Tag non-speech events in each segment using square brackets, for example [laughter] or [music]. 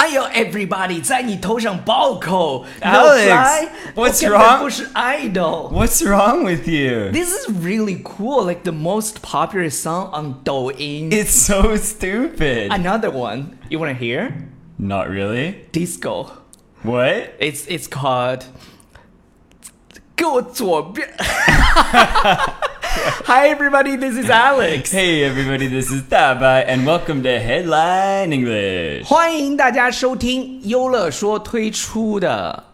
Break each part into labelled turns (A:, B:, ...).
A: 还有 everybody 在你头上暴扣。
B: Alex, what's wrong?
A: 不是 idol。
B: What's wrong with you?
A: This is really cool, like the most popular song on Douyin.
B: It's so stupid.
A: Another one. You wanna hear?
B: Not really.
A: Disco.
B: What?
A: It's it's called [laughs] 给我左边 Hi everybody, this is Alex.
B: Hey everybody, this is Daba and welcome to Headline English.
A: 欢迎大家收听优乐说推出的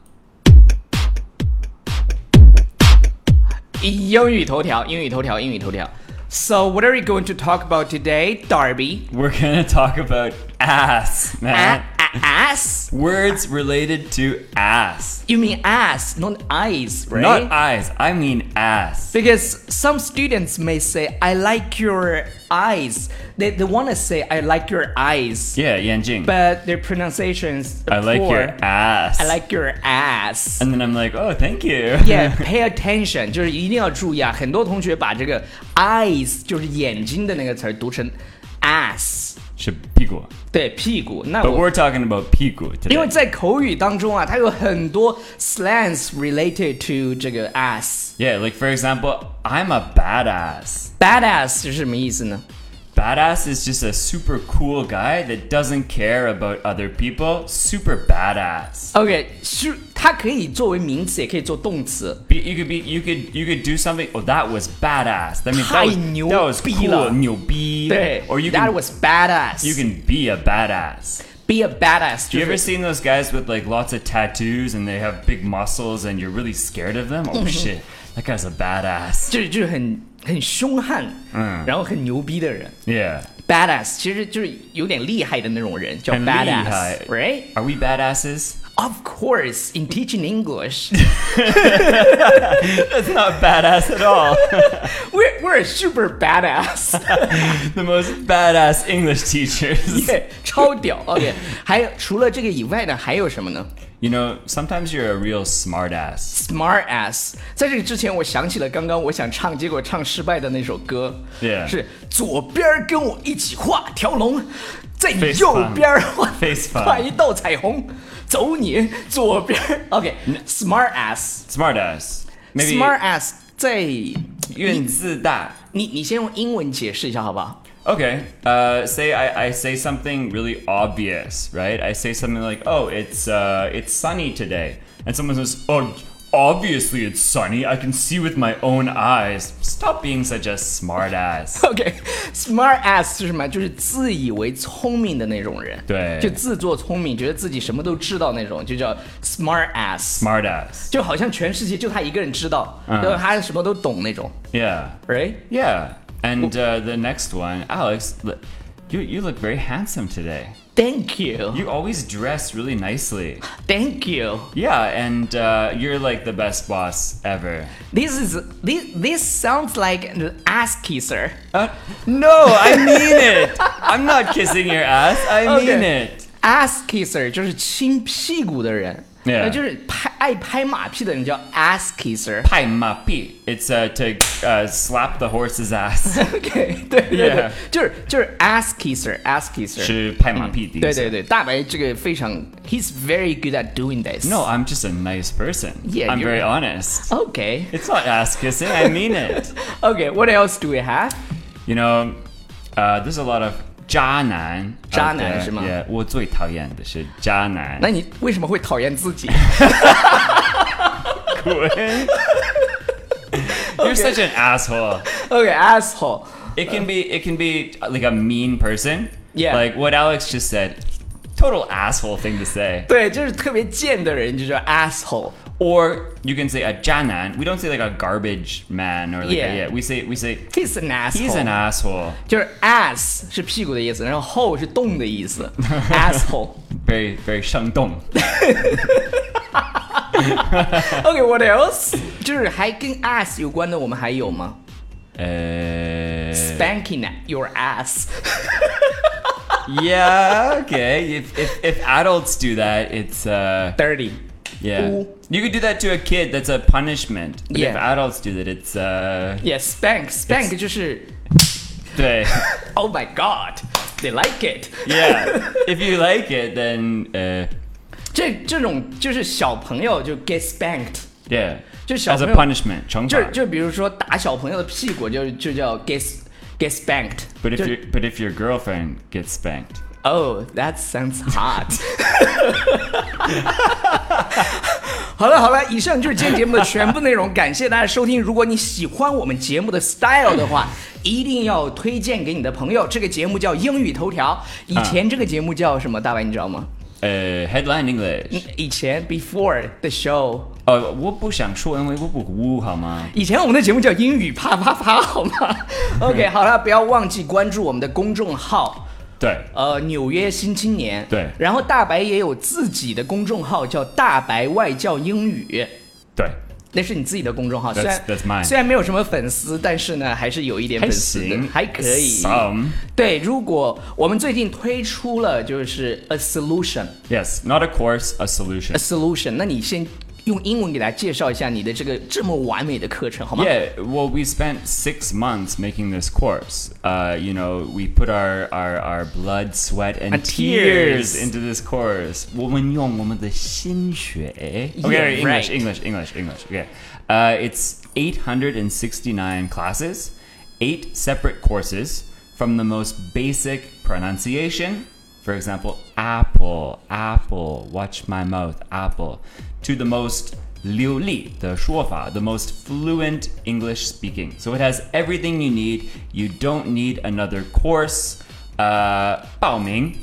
A: 英语头条，英语头条，英语头条。So what are we going to talk about today, Darby?
B: We're gonna talk about ass,
A: A-
B: man.
A: a- ass?
B: Words related to ass.
A: You mean ass, not eyes, right?
B: Not eyes, I mean ass.
A: Because some students may say, I like your eyes. They, they want to say, I like your eyes.
B: Yeah, Yanjing.
A: But their pronunciations are
B: I like
A: poor.
B: your ass.
A: I like your ass.
B: And then I'm like, oh, thank you. [laughs]
A: Yeah, pay attention，就是一定要注意啊！很多同学把这个 eyes 就是眼睛的那个词儿读成 ass，
B: Shapigua.
A: 对，屁股。那
B: But
A: 我
B: we're talking about piku
A: 因为
B: today.
A: 在口语当中啊，它有很多 slangs related to 这个 ass。
B: Yeah, like for example, I'm a badass.
A: badass 是什么意思呢？
B: Badass is just a super cool guy that doesn't care about other people. Super badass.
A: OK，是它可以作为名词，也可以做动词。
B: Be, you could be, you could, you could do something. Oh, that was badass. That means that was,
A: 太牛逼了。
B: that was cool. 牛逼.
A: 对
B: Or you
A: that
B: can,
A: was badass.
B: you can be a badass.
A: be a badass. 就
B: You
A: 是
B: ever seen those guys with like lots of tattoos and they have big muscles and you're really scared of them?
A: [laughs]
B: Oh shit, that guy's a badass.
A: 就是就是很很凶悍，嗯，然后很牛逼的人
B: Yeah.
A: ，badass 其实就是有点厉害的那种人，叫
B: 很厉害
A: badass，right?
B: Are we badasses? [laughs]
A: Of course, in teaching English, [laughs]
B: That's not badass at all. [laughs]
A: we're we're a super badass，
B: the most badass English
A: [laughs]
B: teachers.
A: 对，超屌。OK，还有除了这个以外呢，还有什么呢
B: You know, sometimes you're a real smartass.
A: ？Smart ass，在这个之前，我想起了刚刚我想唱，结果唱失败的那首歌
B: Yeah
A: 是左边儿跟我一起画条龙，在你
B: Face
A: 右
B: palm
A: 边 [laughs] 儿画
B: Face palm
A: 画一道彩虹，走你左边儿。OK，smart、ass，smart
B: Smartass. Maybe
A: ass 在你
B: Yunzida.
A: 你你先用英文解释一下好不好？
B: [laughs] Okay. Uh, say I, I say something really obvious, right? I say something like, "Oh, it's uh, it's sunny today," and someone says, "Oh, obviously it's sunny. I can see with my own eyes." Stop being such a smartass.
A: OK，smart、ass 是什么？就是自以为聪明的那种人，
B: 对
A: 就自作聪明，觉得自己什么都知道那种，就叫 smart ass，
B: Smartass.
A: 就好像全世界就他一个人知道，
B: 嗯
A: 然后他什么都懂那种
B: Yeah.
A: ，right？
B: Yeah. And uh, the next one, Alex, l- you you look very handsome today.
A: Thank you,
B: You always dress really nicely.
A: thank you.
B: Yeah, and uh, you're like the best boss ever.
A: This is this this sounds like an ass kisser.
B: Uh, no, I mean it. I'm not kissing your ass. I mean
A: Okay.
B: it.
A: Ass kisser 就是亲屁股的人
B: Yeah
A: 那就是拍爱拍马屁的人叫 ass kisser。
B: Pai ma pi. It's uh, to uh, slap the
A: [laughs]
B: horse's ass.
A: OK，对对对
B: Yeah
A: 就是就是 ass kisser，ass kisser
B: 是拍马屁的意思
A: 对对对，大白这个非常，he's very good at doing this。
B: No, I'm just a nice person.
A: Yeah,
B: I'm
A: you're-
B: very honest.
A: OK
B: It's not ass kissing. I mean
A: [laughs]
B: it.
A: OK what else do we have？
B: You know, uh, there's a lot of 渣男. out
A: 渣男
B: there.
A: 是吗？
B: Yeah, 我最讨厌的是渣男。 [laughs]
A: 那你为什么会讨厌自己
B: 滚。You're such an asshole.
A: ？OK asshole。
B: It can be it can be uh, like a mean person.
A: Yeah.
B: Like what Alex just said. Total asshole thing to say.
A: 对，就是特别贱的人就叫 asshole。
B: Or you can say a janan. We don't say like a garbage man or like
A: Yeah.
B: a, yeah. We say we say
A: He's an asshole。
B: he's an asshole.
A: 就是 ass 是屁股的意思，然后 hole 是洞的意思。asshole。 [laughs]
B: Very very 生动.
A: OK what else？就是还跟 ass 有关的，我们还有吗
B: Uh,
A: ？Spanking your ass。
B: yeah. Okay. If, if if adults do that, it's uh
A: Dirty。
B: yeah.
A: Ooh.
B: You could do that to a kid. That's a punishment. But If
A: Yeah.
B: adults do that, it's uh [laughs]
A: Yeah, spank spank 就是
B: 对。
A: Oh my God， they like it。
B: Yeah. if you like it, then uh,
A: [laughs] 这这种就是小朋友就 get spanked，
B: yeah.
A: 就小
B: As a
A: 朋友-
B: punishment,
A: 就
B: 惩罚。
A: 就比如说打小朋友的屁股就就叫 get get spanked。
B: But if
A: 就
B: your but if your girlfriend gets spanked,
A: Oh, that sounds hot [laughs] 好了好了，以上就是今天节目的全部内容，感谢大家收听。如果你喜欢我们节目的 style 的话，一定要推荐给你的朋友。这个节目叫英语头条，以前这个节目叫什么？大白你知道吗？
B: uh, headline English. Oh,
A: 以前 before the show，
B: 呃，我不想说，因为我不污好吗？
A: 以前我们的节目叫英语啪啪啪，
B: [laughs]
A: 好吗？OK，好了，不要忘记关注我们的公众号。
B: 对，
A: 呃，纽约新青年。
B: 对
A: 然后大白也有自己的公众号，叫大白外教英语。
B: 对，
A: 那是你自己的公众号，虽
B: That's-
A: 然
B: that's mine
A: 虽然没有什么粉丝，但是呢，还是有一点粉丝的，还
B: 还行
A: 可以。
B: Some
A: 对，如果我们最近推出了就是 a solution，a
B: yes, not a course, a solution.
A: solution，那你先用英文给大家介绍一下你的这个这么完美的课程好吗
B: Yeah, well, we spent six months making this course. Uh, you know, we put our, our, our blood, sweat, and,
A: And
B: tears.
A: tears.
B: into this course. 我们用我们的心血. eh? Okay,
A: Yeah,
B: English,
A: right.
B: English, English, English. Okay. Uh, it's 869 classes, eight separate courses from the most basic pronunciation. For example, apple, apple, watch my mouth, apple, to the most 流利, the 说法, the most fluent English speaking. So it has everything you need. You don't need another course. Uh, 报名,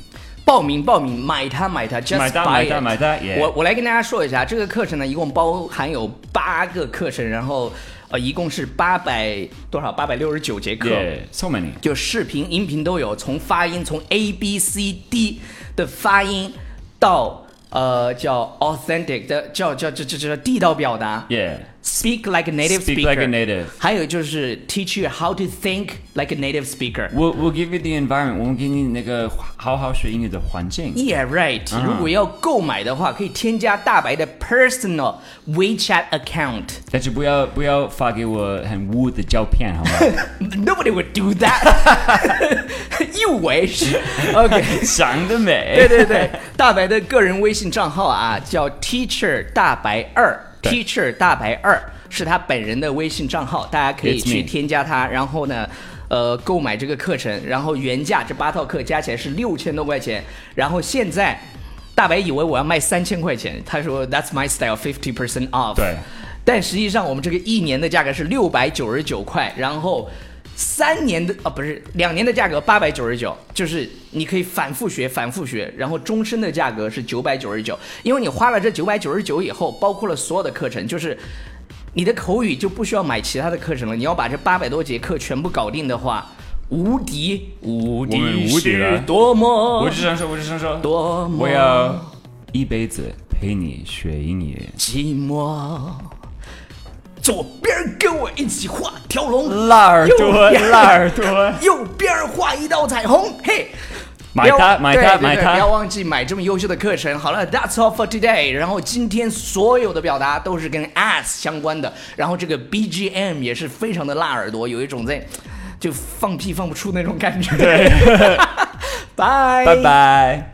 A: 报名报名，买它买它，just
B: 买它
A: buy
B: 买它
A: it
B: 买它，yeah
A: 我我来跟大家说一下，这个课程呢，一共包含有八个课程，然后呃，一共是八百多少？八百六十九节课。
B: yeah, so many.
A: 就视频、音频都有，从发音从 A B C D 的发音到呃叫 authentic 的叫叫这这这地道表达
B: Yeah.
A: ，speak like a native
B: Speak
A: speaker，
B: like a native
A: 还有就是 teach you how to think like a native speaker。
B: We'll, we'll give you the environment. 我们给你那个好好学英语的环境。
A: Yeah, right、如果要购买的话，可以添加大白的 personal WeChat account。
B: [laughs] 但是不要不要发给我很污的照片，好吗？
A: Nobody would do that 。You [laughs] wish. OK。
B: 想得美。
A: 对对对， [laughs] 大白的个人微信账号啊，叫 Teacher 大白二
B: 对
A: ，Teacher 大白二是他本人的微信账号，大家可以
B: It's me
A: 去添加他，然后呢。呃，购买这个课程，然后原价这八套课加起来是六千多块钱，然后现在大白以为我要卖三千块钱，他说 That's my style fifty percent off。
B: 对，
A: 但实际上我们这个一年的价格是六百九十九块，然后三年的啊不是两年的价格八百九十九，就是你可以反复学反复学，然后终身的价格是九百九十九，因为你花了这九百九十九以后，包括了所有的课程，就是。你的口语就不需要买其他的课程了，你要把这八百多节课全部搞定的话，无敌，无
B: 我们
A: 敌
B: 无敌了
A: 是多么
B: 我只想说，我只想说，
A: 多么
B: 我要一辈子陪你学英语。
A: 寂寞。左边跟我一起画条龙，右边
B: [laughs] 辣耳朵，辣耳朵。
A: [laughs] 右边画一道彩虹，嘿。
B: 买
A: 不
B: 它
A: 要
B: 买它
A: 对对对
B: 买它
A: 不要忘记买这么优秀的课程。好了，That's all for today。然后今天所有的表达都是跟 ass 相关的，然后这个 BGM 也是非常的辣耳朵，有一种在 [laughs]
B: [laughs]
A: 就放屁放不出那种感觉。对，拜
B: 拜拜。